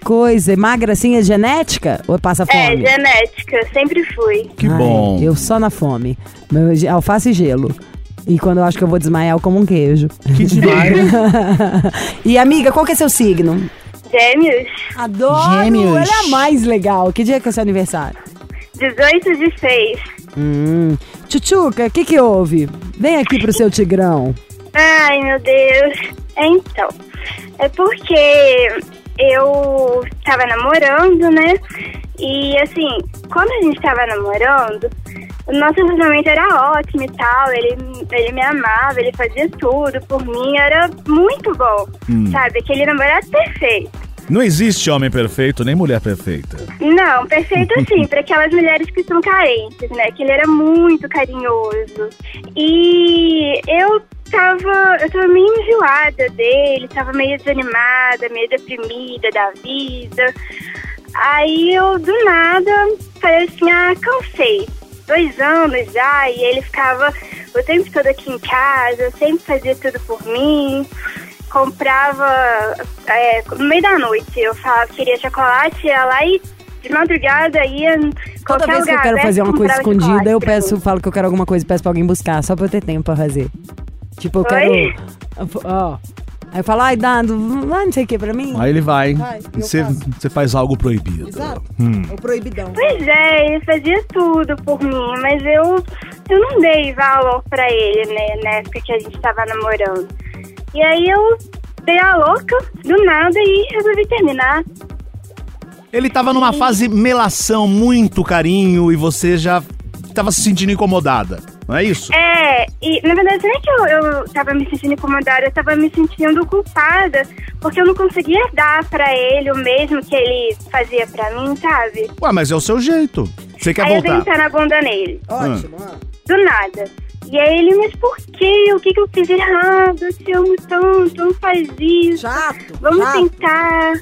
S3: Coisa, e magra assim é genética? Ou passa
S4: É,
S3: fome?
S4: genética, sempre fui.
S1: Que
S3: Ai,
S1: bom.
S3: Eu só na fome. Meu, ge- alface e gelo. E quando eu acho que eu vou desmaiar, eu como um queijo.
S1: Que demais.
S3: e amiga, qual que é seu signo?
S4: Gêmeos,
S3: Adoro!
S1: Gêmeos.
S3: Ela é a mais legal. Que dia que é o seu aniversário?
S4: 18 de 6.
S3: Hum. Tchutchuca, o que que houve? Vem aqui pro seu tigrão.
S4: Ai, meu Deus. Então, é porque eu tava namorando, né? E assim, quando a gente tava namorando, Nosso relacionamento era ótimo e tal, ele, ele me amava, ele fazia tudo por mim, era muito bom, sabe? Aquele namorado perfeito.
S1: Não existe homem perfeito nem mulher perfeita.
S4: Não, perfeito assim, para aquelas mulheres que são carentes, né? Que ele era muito carinhoso. E eu tava, eu tava meio enjoada dele, tava meio desanimada, meio deprimida da vida. Aí eu, do nada, falei assim, ah, cansei. Dois anos já, e ele ficava o tempo todo aqui em casa, sempre fazia tudo por mim comprava é, no meio da noite. Eu falava que queria chocolate, ia lá e de madrugada ia em
S3: Toda vez
S4: qualquer
S3: que eu
S4: lugar
S3: quero
S4: aberto,
S3: fazer uma coisa
S4: comprava
S3: escondida,
S4: chocolate
S3: eu
S4: pra
S3: peço,
S4: mim.
S3: falo que eu quero alguma coisa e peço pra alguém buscar, só pra eu ter tempo pra fazer. Tipo, eu
S4: Oi?
S3: quero. Ó. Aí eu falo, ai, dado, vai não sei o que pra mim.
S1: Aí ele vai.
S3: Vai, eu
S1: Você
S3: faço.
S1: você faz algo proibido.
S3: Exato.
S1: Hum.
S3: É o proibidão.
S4: Pois é, ele fazia tudo por mim, mas eu, eu não dei valor pra ele, né, na época que a gente tava namorando. E aí eu dei a louca, do nada, e resolvi terminar.
S1: Ele tava numa fase melação, muito carinho, e você já tava se sentindo incomodada. Não é isso?
S4: É, e na verdade não é que eu, eu tava me sentindo incomodada, eu tava me sentindo culpada, porque eu não conseguia dar pra ele o mesmo que ele fazia pra mim, sabe?
S1: Ué, mas é o seu jeito. Você quer
S4: aí eu dei um
S1: voltar.
S4: pé na bunda nele,
S1: Ótimo,
S4: do nada. E aí ele, mas por quê? O que, que eu fiz errado? Eu te amo tanto, não faz isso.
S3: Chato.
S4: Vamos tentar.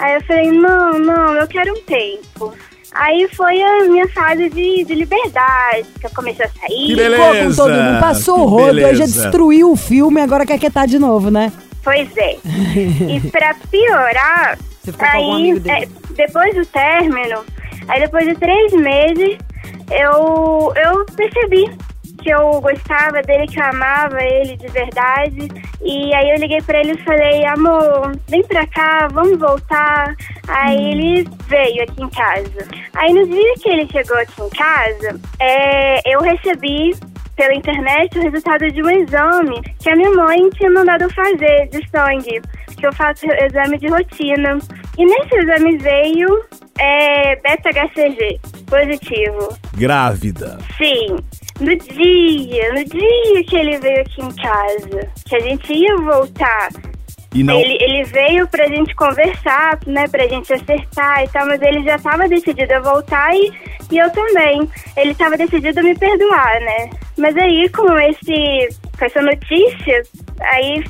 S4: Aí eu falei, não, não, eu quero um tempo. Aí foi a minha fase de, de liberdade, que eu comecei a sair.
S1: Que beleza.
S3: Ficou com todo mundo. Passou o rodo,
S1: Beleza.
S3: aí já destruiu o filme, agora quer quietar de novo, né?
S4: Pois é. E pra piorar,
S3: Você ficou com algum
S4: aí
S3: amigo dele?
S4: é, depois do término, aí depois de três meses, eu, eu percebi que eu gostava dele, que eu amava ele de verdade. E aí eu liguei pra ele e falei, amor, vem pra cá, vamos voltar. Aí
S3: Hum.
S4: ele veio aqui em casa. Aí no dia que ele chegou aqui em casa, é, eu recebi pela internet o resultado de um exame que a minha mãe tinha mandado eu fazer de sangue, que eu faço exame de rotina. E nesse exame veio é, beta-HCG positivo.
S1: Grávida.
S4: Sim, no dia, no dia que ele veio aqui em casa, que a gente ia voltar.
S1: E não.
S4: Ele, ele veio pra gente conversar, né? Pra gente acertar e tal, mas ele já tava decidido a voltar e, e eu também. Ele tava decidido a me perdoar, né? Mas aí, com, esse, com essa notícia, aí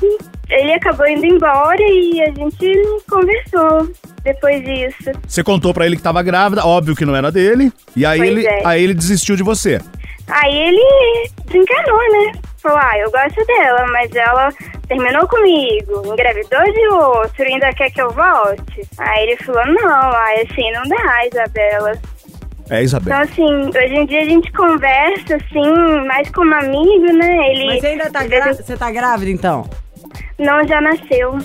S4: ele acabou indo embora e a gente não conversou depois disso.
S1: Você contou pra ele que tava grávida, óbvio que não era dele. E aí
S4: Pois
S1: ele,
S4: é.
S1: aí ele desistiu de você.
S4: Aí ele desencanou, né? Falou, ah, eu gosto dela, mas ela terminou comigo, engravidou de outro, ainda quer que eu volte? Aí ele falou, não, ai, assim, não dá, Isabela.
S1: É,
S4: Então,
S3: Tá.
S1: Isabel.
S4: assim, hoje em dia a gente conversa, assim, mais como amigo, né? Ele...
S3: Mas você ainda tá
S4: de vez em-
S3: grávida? Você tá grávida, então?
S4: Não, já nasceu.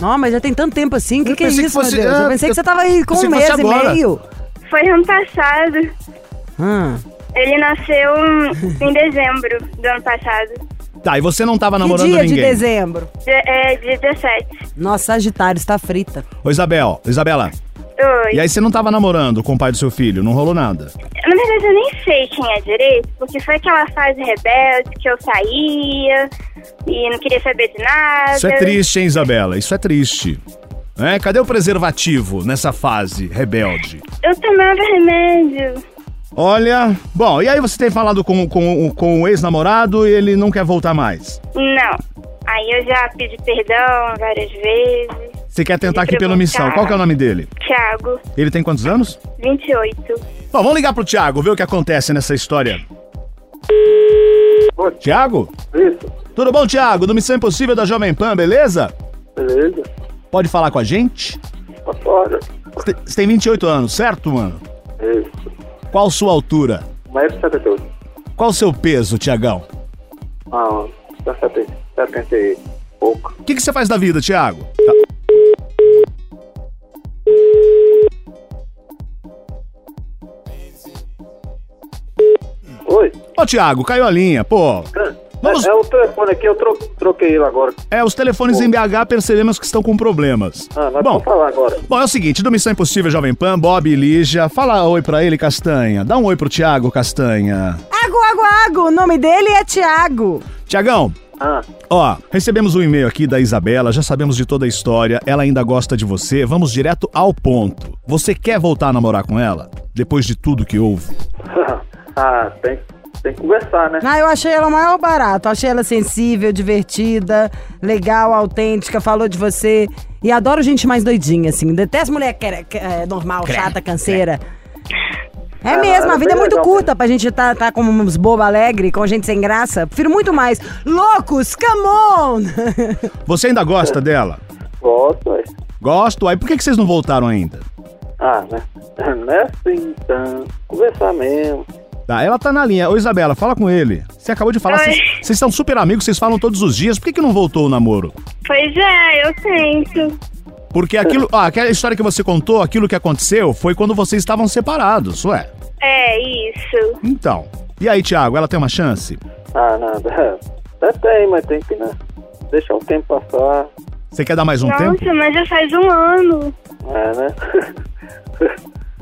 S3: Não, mas já tem tanto tempo assim. O que,
S1: Eu
S3: que é
S1: pensei que
S3: isso,
S1: fosse-
S3: meu Deus?
S1: ah,
S3: Eu pensei que
S1: eu
S3: você tava aí com
S1: pensei
S3: um
S1: que fosse
S3: mês
S1: agora.
S3: e meio.
S4: Foi ano passado.
S3: Ah.
S1: tá
S4: Ele nasceu em dezembro do ano passado,
S1: Tá, e você não tava
S3: Que
S1: namorando
S3: dia de
S1: ninguém.
S3: dezembro?
S4: de, é, 17.
S3: Nossa, Sagitário está frita.
S1: Ô, Isabel, Isabela.
S4: Oi.
S1: E aí você não tava namorando com o pai do seu filho, não rolou nada.
S4: Na verdade, eu nem sei quem é direito, porque foi aquela fase rebelde que eu saía e não queria saber de nada.
S1: Isso é triste, hein, Isabela? Isso é triste. É, cadê o preservativo nessa fase rebelde?
S4: Eu tomava remédio.
S1: Olha, bom, e aí você tem falado com, com, o- com o ex-namorado e ele não quer voltar mais.
S4: Não. Aí eu já pedi perdão várias vezes.
S1: Você quer tentar
S4: Ele
S1: aqui pela
S4: perguntar.
S1: missão. Qual que é o nome dele?
S4: Tiago,
S1: Ele tem quantos anos?
S4: 28.
S1: Bom, vamos ligar pro Thiago, ver o que acontece nessa história. Thiago?
S7: Isso,
S1: Tudo bom, Thiago? Do Missão Impossível da Jovem Pan, beleza?
S7: beleza.
S1: Pode falar com a gente?
S7: Tá fora.
S1: Você tem- Você tem 28 anos, certo, mano?
S7: Isso.
S1: Qual sua altura?
S7: Mas 78.
S1: Qual seu peso, Tiagão?
S7: Ah, tá 70, 70 e pouco.
S1: O que, que você faz da vida, Thiago? Tá.
S7: Oi?
S1: Ô, Thiago, caiu a linha, pô.
S7: Hã?
S1: Vamos Vamos.
S7: É, é o telefone aqui, eu tro- troquei ele agora.
S1: É, os telefones em BH percebemos que estão com problemas.
S7: Ah, mas
S1: Bom,
S7: vou falar agora.
S1: Bom, é o seguinte, do Missão Impossível Jovem Pan, Bob e Lígia, fala oi pra ele, Castanha. Dá um oi pro Thiago, Castanha.
S3: Ago, Ago, Ago. O nome dele é Tiago.
S1: Tiagão,
S7: Ah,
S1: ó, recebemos um e-mail aqui da Isabela, já sabemos de toda a história, ela ainda gosta de você, vamos direto ao ponto. Você quer voltar a namorar com ela? Depois de tudo que houve?
S7: ah tem, tem que conversar, né?
S3: Ah, eu achei ela o maior barato. Achei ela sensível, divertida, legal, autêntica, falou de você. E adoro gente mais doidinha, assim. Detesto mulher que é, que é normal, chata, canseira. É
S7: Ah,
S3: mesmo, a
S7: é
S3: vida é
S7: bem
S3: muito
S7: legal
S3: curta pra gente estar tá, tá como uns bobo alegre, com gente sem graça. Prefiro muito mais. Loucos, come on!
S1: Você ainda gosta dela?
S7: Gosto, é.
S1: Gosto, aí por que que vocês não voltaram ainda?
S7: Ah, né? Não é assim, então. Conversar mesmo.
S1: Tá, ela tá na linha. Ô Isabela, fala com ele. Você acabou de falar,
S4: Oi.
S1: vocês vocês são super amigos, vocês falam todos os dias, por que que não voltou o namoro?
S4: Pois é, eu tento.
S1: Porque aquilo, ah, aquela história que você contou, aquilo que aconteceu, foi quando vocês estavam separados, ué.
S4: É isso.
S1: Então. E aí, Thiago, ela tem uma chance?
S7: Ah, nada. Até tem, mas tem que, né? Deixar o tempo passar.
S1: Você quer dar mais um
S4: Nossa,
S1: tempo?
S4: mas já faz um ano.
S7: É, né?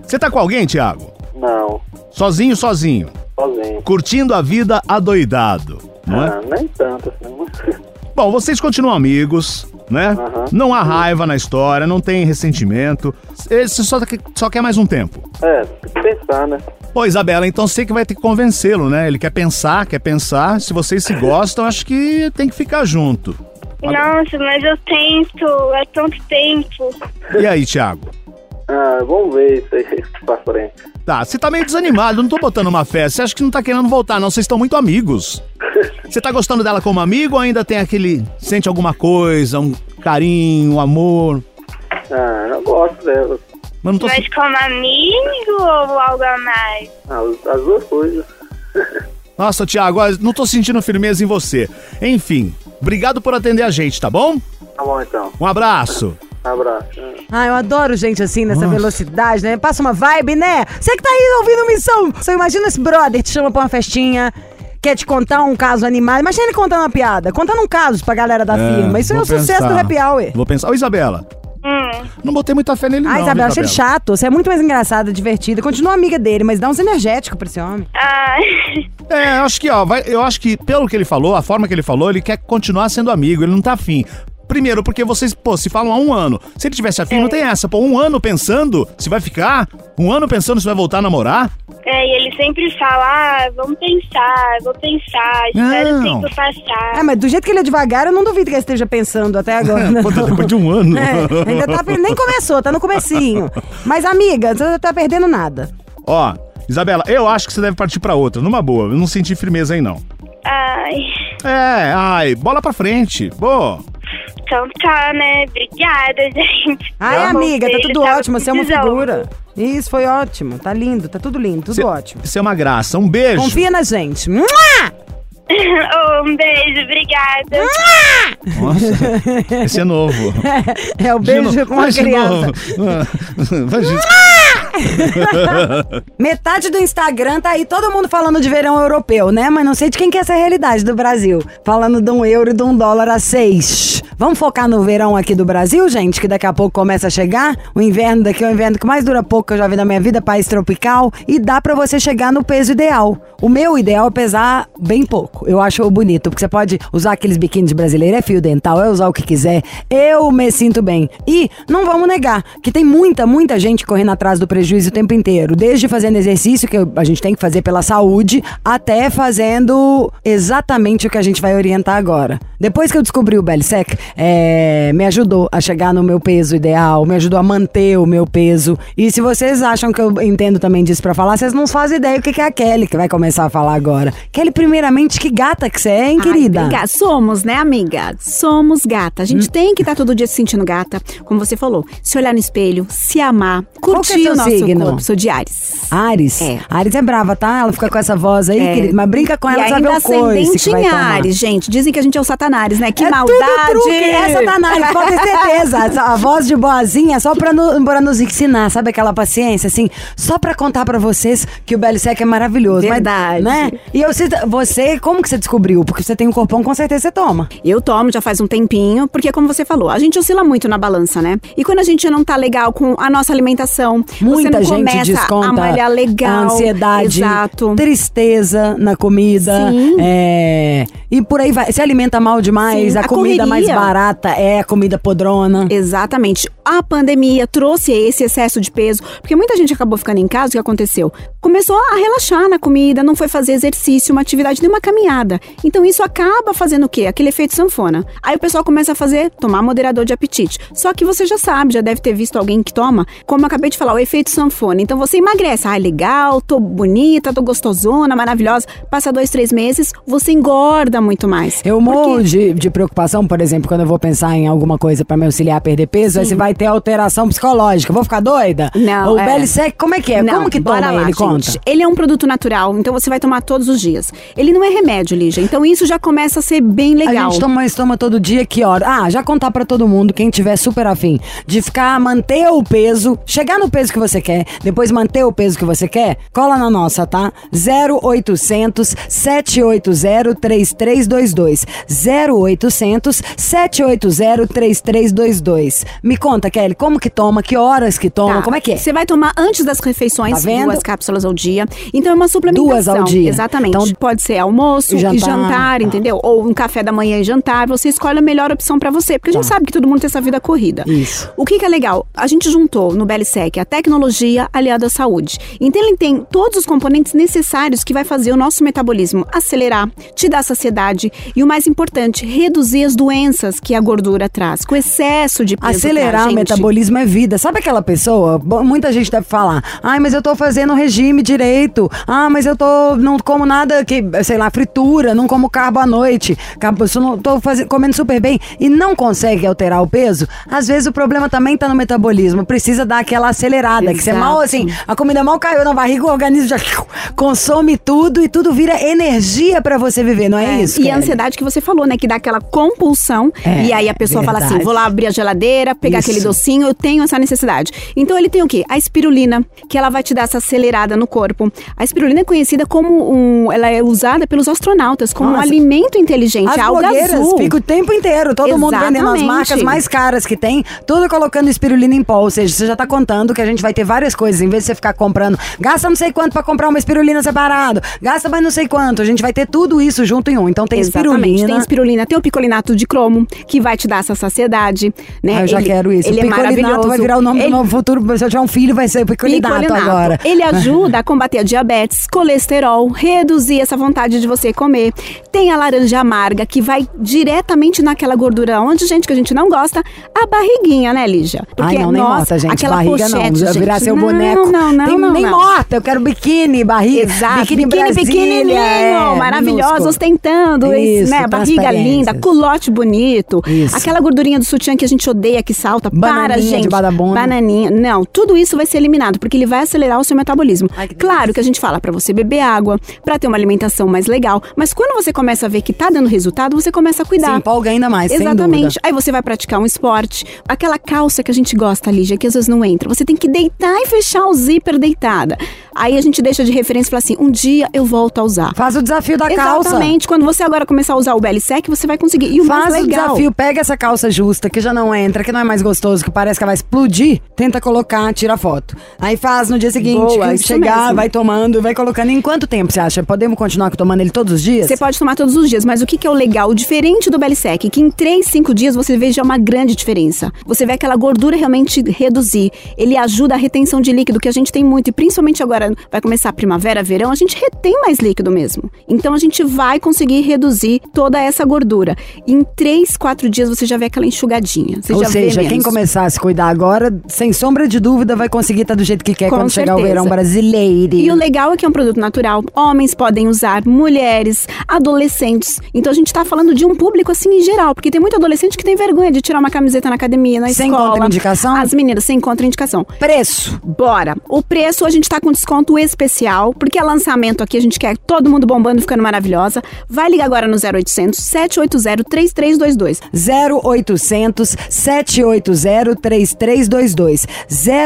S1: Você tá com alguém, Thiago?
S7: Não,
S1: Sozinho, sozinho.
S7: sozinho.
S1: Curtindo a vida adoidado, não é?
S7: Ah, nem tanto assim. mas-
S1: Bom, vocês continuam amigos, né?
S7: Aham.
S1: Não há raiva na história, não tem ressentimento. Você só, só quer mais um tempo.
S7: É, tem que pensar, né?
S1: Pô, Isabela, então você que vai ter que convencê-lo, né? Ele quer pensar, quer pensar. Se vocês se gostam, acho que tem que ficar junto. Ah,
S4: Nossa, mas eu tento há tanto tempo.
S1: E aí, Thiago?
S7: Ah, vamos ver isso aí pra frente.
S1: Tá, você tá meio desanimado, eu não tô botando uma fé. Você acha que não tá querendo voltar, não? Vocês estão muito amigos. Você tá gostando dela como amigo ou ainda tem aquele. sente alguma coisa, um carinho, um amor?
S7: Ah, eu gosto dela.
S1: Mas não tô.
S4: Mas como amigo ou algo a mais?
S7: Ah, as as duas coisas.
S1: Nossa, Thiago, olha, não tô sentindo firmeza em você. Enfim, obrigado por atender a gente, tá bom?
S7: Tá bom então.
S1: Um abraço.
S7: Abraço.
S3: Ah, eu adoro gente assim, nessa velocidade, né? Passa uma vibe, né? Você que tá aí ouvindo Missão. Só imagina esse brother te chama pra uma festinha, quer te contar um caso animado. Imagina ele contando uma piada, contando um caso pra galera da firma. Isso é
S1: vou
S3: o sucesso
S1: pensar.
S3: do Happy Hour.
S1: Vou pensar. Ô, Isabela,
S4: Hum,
S1: não botei muita fé nele, não.
S3: Ah,
S1: viu,
S3: Isabela, achei ele chato. Você é muito mais engraçada, divertida. Continua amiga dele, mas dá uns energéticos pra esse homem.
S4: ah,
S1: É, eu acho que, ó, vai- eu acho que pelo que ele falou, a forma que ele falou, ele quer continuar sendo amigo, ele não tá afim. Primeiro, porque vocês, pô, se falam há um ano. Se ele tivesse afim,
S3: É.
S1: não tem essa. Pô, um ano pensando se vai ficar, um ano pensando se vai voltar a namorar.
S4: é, e ele sempre fala, ah, vamos pensar, vou pensar, espero o
S1: Não.
S4: tempo passar.
S3: É, mas do jeito que ele é devagar, eu não duvido que ele esteja pensando até agora.
S1: Pô, tá depois de um ano.
S3: É, ainda tá, nem começou, tá no comecinho. Mas, amiga, você não tá perdendo nada.
S1: Ó, Isabela, eu acho que você deve partir pra outra, numa boa. Eu não senti firmeza aí, não.
S4: Ai,
S1: É, ai, bola pra frente. Pô,
S4: então tá, né? Obrigada, gente.
S3: Ai,
S4: Eu
S3: amiga, tá
S4: voltei,
S3: tudo
S4: eu tava
S3: ótimo, você é uma
S4: precisando.
S3: figura. Isso, foi ótimo. Tá lindo, tá tudo lindo, tudo
S1: Cê-
S3: ótimo.
S1: isso é uma graça. Um beijo.
S3: Confia na gente. Mua!
S4: Oh, um beijo, obrigada.
S3: Ah,
S1: Nossa, esse é novo.
S3: É o
S1: De
S3: beijo
S1: novo.
S3: com a
S1: Mas de
S3: criança.
S1: novo. Imagina.
S3: Metade do Instagram tá aí todo mundo falando de verão europeu, né? Mas não sei de quem que é essa realidade do Brasil. Falando de um euro e de um dólar a seis. Vamos focar no verão aqui do Brasil, gente, que daqui a pouco começa a chegar. O inverno daqui é o inverno que mais dura pouco que eu já vi na minha vida, país tropical. E dá pra você chegar no peso ideal. O meu ideal é pesar bem pouco. Eu acho bonito, porque você pode usar aqueles biquínis brasileiros, é fio dental, é usar o que quiser. Eu me sinto bem. E não vamos negar que tem muita, muita gente correndo atrás do prejuízo o tempo inteiro. Desde fazendo exercício, que a gente tem que fazer pela saúde, até fazendo exatamente o que a gente vai orientar agora. Depois que eu descobri o Belisec, é, me ajudou a chegar no meu peso ideal, me ajudou a manter o meu peso. E se vocês acham que eu entendo também disso pra falar, vocês não fazem ideia o que que é a Kelly que vai começar a falar agora. Kelly, primeiramente, que gata que você é, hein,
S8: Ai,
S3: querida? Hum.
S8: obrigada. Somos, né, amiga? Somos gata. A gente tem que estar todo dia se sentindo gata. Como você falou, se olhar no espelho, se amar,
S3: Qual que é
S8: curtir
S3: seu
S8: o nosso
S3: signo?
S8: corpo. Sou de Ares.
S3: Ares.
S8: É.
S3: Ares é brava, tá? Ela fica com essa voz aí,
S8: É.
S3: querida, mas brinca com ela,
S8: e
S3: sabe
S8: ainda
S3: o coice
S8: ascendente
S3: que vai
S8: em
S3: tomar.
S8: Ares, gente. Dizem que a gente é o Satanás, né? Que
S3: É tudo
S8: maldade!
S3: truque, que essa tá análise, pode ter certeza. Essa- A voz de boazinha é só pra, no- pra nos ensinar, sabe aquela paciência, assim? Só pra contar pra vocês que o Belisec é maravilhoso. mas-
S8: Verdade.
S3: né? E eu cito, você, como que você descobriu? Porque você tem um corpão, com certeza você toma.
S8: Eu tomo já faz um tempinho, porque como você falou, a gente oscila muito na balança, né? E quando a gente não tá legal com a nossa alimentação, você
S3: Muita
S8: não
S3: gente
S8: começa
S3: desconta
S8: a malhar legal,
S3: a ansiedade,
S8: exato.
S3: tristeza na comida,
S8: Sim.
S3: é, e por aí vai. Se alimenta mal demais,
S8: Sim,
S3: a,
S8: a
S3: comida mais
S8: correria.
S3: barata é a comida podrona.
S8: Exatamente. A pandemia trouxe esse excesso de peso, porque muita gente acabou ficando em casa, o que aconteceu? Começou a relaxar na comida, não foi fazer exercício, uma atividade, nenhuma caminhada. Então isso acaba fazendo o quê? Aquele efeito sanfona. Aí o pessoal começa a fazer, tomar moderador de apetite. Só que você já sabe, já deve ter visto alguém que toma, como eu acabei de falar, o efeito sanfona. Então você emagrece. Ah, legal, tô bonita, tô gostosona, maravilhosa. Passa dois, três meses, você engorda muito mais.
S3: Eu
S8: Por quê?
S3: morro de, de preocupação, por exemplo, quando eu vou pensar em alguma coisa pra me auxiliar a perder peso, aí você vai ter alteração psicológica. Vou ficar doida?
S8: Não,
S3: O
S8: é.
S3: Belisec, como é que é?
S8: Não,
S3: como que
S8: bora
S3: toma
S8: lá,
S3: ele?
S8: gente.
S3: Conta.
S8: Ele é um produto natural, então você vai tomar todos os dias. Ele não é remédio, Lígia. Então isso já começa a ser bem legal.
S3: A gente toma isso toma todo dia, que hora? Ah, já contar pra todo mundo, quem tiver super afim de ficar, manter o peso, chegar no peso que você quer, depois manter o peso que você quer, cola na nossa, tá? 0800 780 3322. 0800 780 3322. Me conta, Kelly, como que toma, que horas que toma,
S8: Tá.
S3: como é que é?
S8: Você vai tomar antes das refeições,
S3: Tá vendo?
S8: duas cápsulas ao dia. Então é uma suplementação.
S3: Duas ao dia.
S8: Exatamente.
S3: Então-
S8: pode ser almoço
S3: E
S8: e
S3: jantar.
S8: jantar,
S3: Tá.
S8: entendeu? Ou um café da manhã e jantar. Você escolhe a melhor opção pra você, porque a gente sabe que todo mundo tem essa vida corrida.
S3: Tá. Isso.
S8: O que, que é legal? A gente juntou no BLSEC a tecnologia aliada à saúde. Então ele tem todos os componentes necessários que vai fazer o nosso metabolismo acelerar, te dar saciedade e o mais importante, reduzir as doenças que a gordura traz. Com excesso de peso
S3: Acelerar
S8: pra
S3: o
S8: gente.
S3: metabolismo é vida. Sabe aquela pessoa? Bo- Muita gente deve falar: ai, mas eu tô fazendo regime direito. Ah, mas eu tô. Não como nada que, sei lá, fritura, não como carbo à noite. Carbo, isso não, tô faze- comendo super bem e não consegue alterar o peso. Às vezes o problema também tá no metabolismo. Precisa dar aquela acelerada. Que você
S8: Exato.
S3: mal, assim, a comida mal caiu na barriga, o organismo já consome tudo e tudo vira energia pra você viver, não é,
S8: É,
S3: isso?
S8: E
S3: Kelly?
S8: a ansiedade que você falou, né? Que dá aquela compulsão.
S3: É,
S8: e aí a pessoa fala
S3: verdade.
S8: assim: vou lá abrir a geladeira, pegar
S3: Isso.
S8: aquele docinho, eu tenho essa necessidade. Então ele tem o quê? A espirulina, que ela vai te dar essa acelerada no corpo. A espirulina é conhecida como um. Ela é usada pelos astronautas como um
S3: Nossa.
S8: alimento inteligente,
S3: As
S8: alga
S3: blogueiras
S8: azul.
S3: ficam o tempo inteiro, todo mundo vendendo as
S8: Exatamente.
S3: marcas mais caras que tem, tudo colocando espirulina em pó. Ou seja, você já tá contando que a gente vai ter várias coisas. Em vez de você ficar comprando, gasta não sei quanto pra comprar uma espirulina separado, gasta mais não sei quanto. A gente vai ter tudo isso junto em um. Então tem
S8: Exatamente.
S3: espirulina.
S8: Tem espirulina, tem o picolinato de cromo, que vai te dar essa saciedade, né?
S3: Ah, eu já
S8: Ele-
S3: quero isso.
S8: Ele é
S3: picolinato
S8: maravilhoso.
S3: vai virar o nome
S8: Ele-
S3: do novo futuro. Se eu tiver um filho, vai ser picolinato,
S8: Picolinato.
S3: agora.
S8: Ele ajuda a combater a diabetes, colesterol, reduzir essa vontade de você comer. Tem a laranja amarga, que vai diretamente naquela gordura onde, gente, que a gente não gosta, a barriguinha, né, Lígia?
S3: Ai, não, nem
S8: nós-
S3: morta, gente.
S8: Aquela
S3: barriga
S8: pochete,
S3: não. Já
S8: gente.
S3: virar seu
S8: Não,
S3: boneco.
S8: Não, não,
S3: Tem-
S8: não.
S3: Nem
S8: não.
S3: morta. Eu quero biquíni, barriga.
S8: Exato,
S3: Biquíni,
S8: biquíni
S3: Brasília,
S8: pequenininho,
S3: é,
S8: maravilhosos,
S3: minúsculo.
S8: ostentando, esse,
S3: Isso,
S8: né, barriga
S3: transparências.
S8: linda, culote bonito,
S3: Isso.
S8: aquela gordurinha do sutiã que a gente odeia, que salta, para,
S3: Bananinha de
S8: gente,
S3: badabona.
S8: bananinha, não, tudo isso vai ser eliminado, porque ele vai acelerar o seu metabolismo.
S3: Ai, que delícia.
S8: claro que a gente fala pra você beber água, pra ter uma alimentação mais legal, mas quando você começa a ver que tá dando resultado, você começa a
S3: Se
S8: cuidar.
S3: empolga ainda mais, sem dúvida.
S8: Exatamente. Aí você vai praticar um esporte. Aquela calça que a gente gosta, Lígia, que às vezes não entra. Você tem que deitar e fechar o zíper deitada. Aí a gente deixa de referência e fala assim: um dia eu volto a usar.
S3: Faz o desafio da calça.
S8: Exatamente. Quando você agora começar a usar o BLSEC, você vai conseguir. E o
S3: Faz
S8: mais
S3: o
S8: legal.
S3: desafio, pega essa calça justa, que já não entra, que não é mais gostoso, que parece que vai explodir, tenta colocar, tira foto. Aí faz no dia seguinte,
S8: Boa,
S3: que
S8: isso
S3: chegar,
S8: mesmo.
S3: vai tomando, vai colocando. Em quanto tempo você acha? Podemos continuar tomando ele todos os dias?
S8: Você pode tomar todos os dias, mas o que, que é o legal, o diferente do Belisec, que em 3, 5 dias você vê já uma grande diferença. Você vê aquela gordura realmente reduzir. Ele ajuda a retenção de líquido, que a gente tem muito, e principalmente agora vai começar a primavera, verão, a gente retém mais líquido mesmo. Então a gente vai conseguir reduzir toda essa gordura. Em 3, 4 dias você já vê aquela enxugadinha. Você
S3: Ou
S8: já
S3: seja,
S8: vê
S3: quem
S8: menos.
S3: começar a se cuidar agora, sem sombra de dúvida, vai conseguir estar do jeito que quer
S8: Com
S3: quando chegar o
S8: certeza.
S3: verão brasileiro.
S8: E o legal é que é um produto natural. Homens podem usar, mulheres, adolescentes. Então a gente tá falando de um público assim em geral, porque tem muito adolescente que tem vergonha de tirar uma camiseta na academia, na
S3: Você
S8: escola.
S3: encontra indicação?
S8: As meninas, sem encontra indicação.
S3: Preço.
S8: Bora! O preço a gente tá com desconto desconto especial, porque é lançamento aqui, a gente quer todo mundo bombando, ficando maravilhosa. Vai ligar agora no 0800 780 3322.
S3: 0800 780 3322.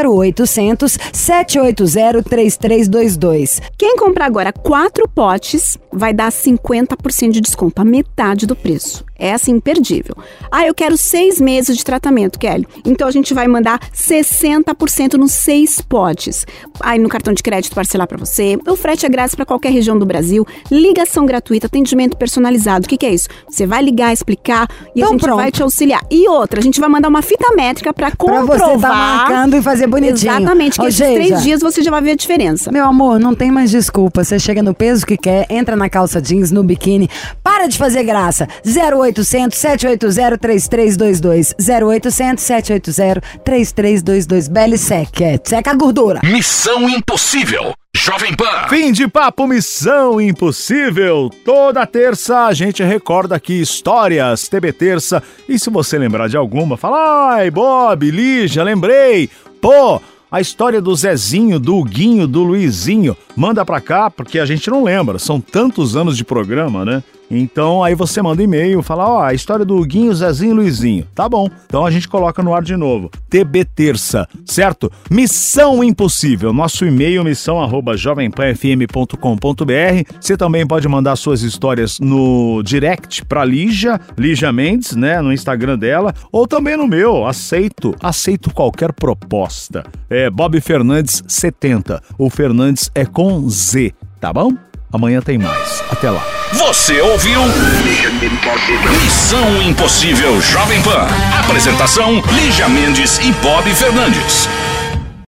S3: 0800 780 3322.
S8: Quem comprar agora quatro potes vai dar 50% de desconto, a metade do preço. É assim, imperdível. Ah, eu quero seis meses de tratamento, Kelly. Então a gente vai mandar 60% nos seis potes. Aí no cartão de crédito parcelar para você. O frete é grátis para qualquer região do Brasil. Ligação gratuita, atendimento personalizado. O que, que é isso? Você vai ligar, explicar e a
S3: Então,
S8: gente
S3: pronto.
S8: vai te auxiliar. E outra, a gente vai mandar uma fita métrica para
S3: Pra
S8: comprovar.
S3: você tá marcando e fazer bonitinho.
S8: Exatamente, que
S3: Ô,
S8: esses
S3: Geisa,
S8: três dias você já vai ver a diferença.
S3: Meu amor, não tem mais desculpa. Você chega no peso que quer, entra na calça jeans, no biquíni. Para de fazer graça. 0800 780 3322. 0800 780 3322. Belle Seca. é, Seca a gordura.
S2: Missão Impossível. Jovem Pan.
S1: Fim de papo Missão Impossível. Toda terça a gente recorda aqui histórias TB Terça. E se você lembrar de alguma, fala: "Ai, Bob, Lígia, lembrei. Pô, a história do Zezinho, do Huguinho, do Luizinho, manda pra cá porque a gente não lembra. São tantos anos de programa, né? Então aí você manda e-mail, fala: "Ó, a história do Huguinho, Zezinho, e Luizinho". Tá bom. Então a gente coloca no ar de novo. TB Terça, certo? Missão Impossível. Nosso e-mail missão arroba jovempanfm.com.br. Você também pode mandar suas histórias no direct pra Lígia, Lígia Mendes, né, no Instagram dela, ou também no meu. Aceito, aceito qualquer proposta. É Bob Fernandes 70. O Fernandes é com Z, tá bom? Amanhã tem mais. Até lá.
S2: Você ouviu? Missão Impossível Jovem Pan. Apresentação: Lígia Mendes e Bob Fernandes.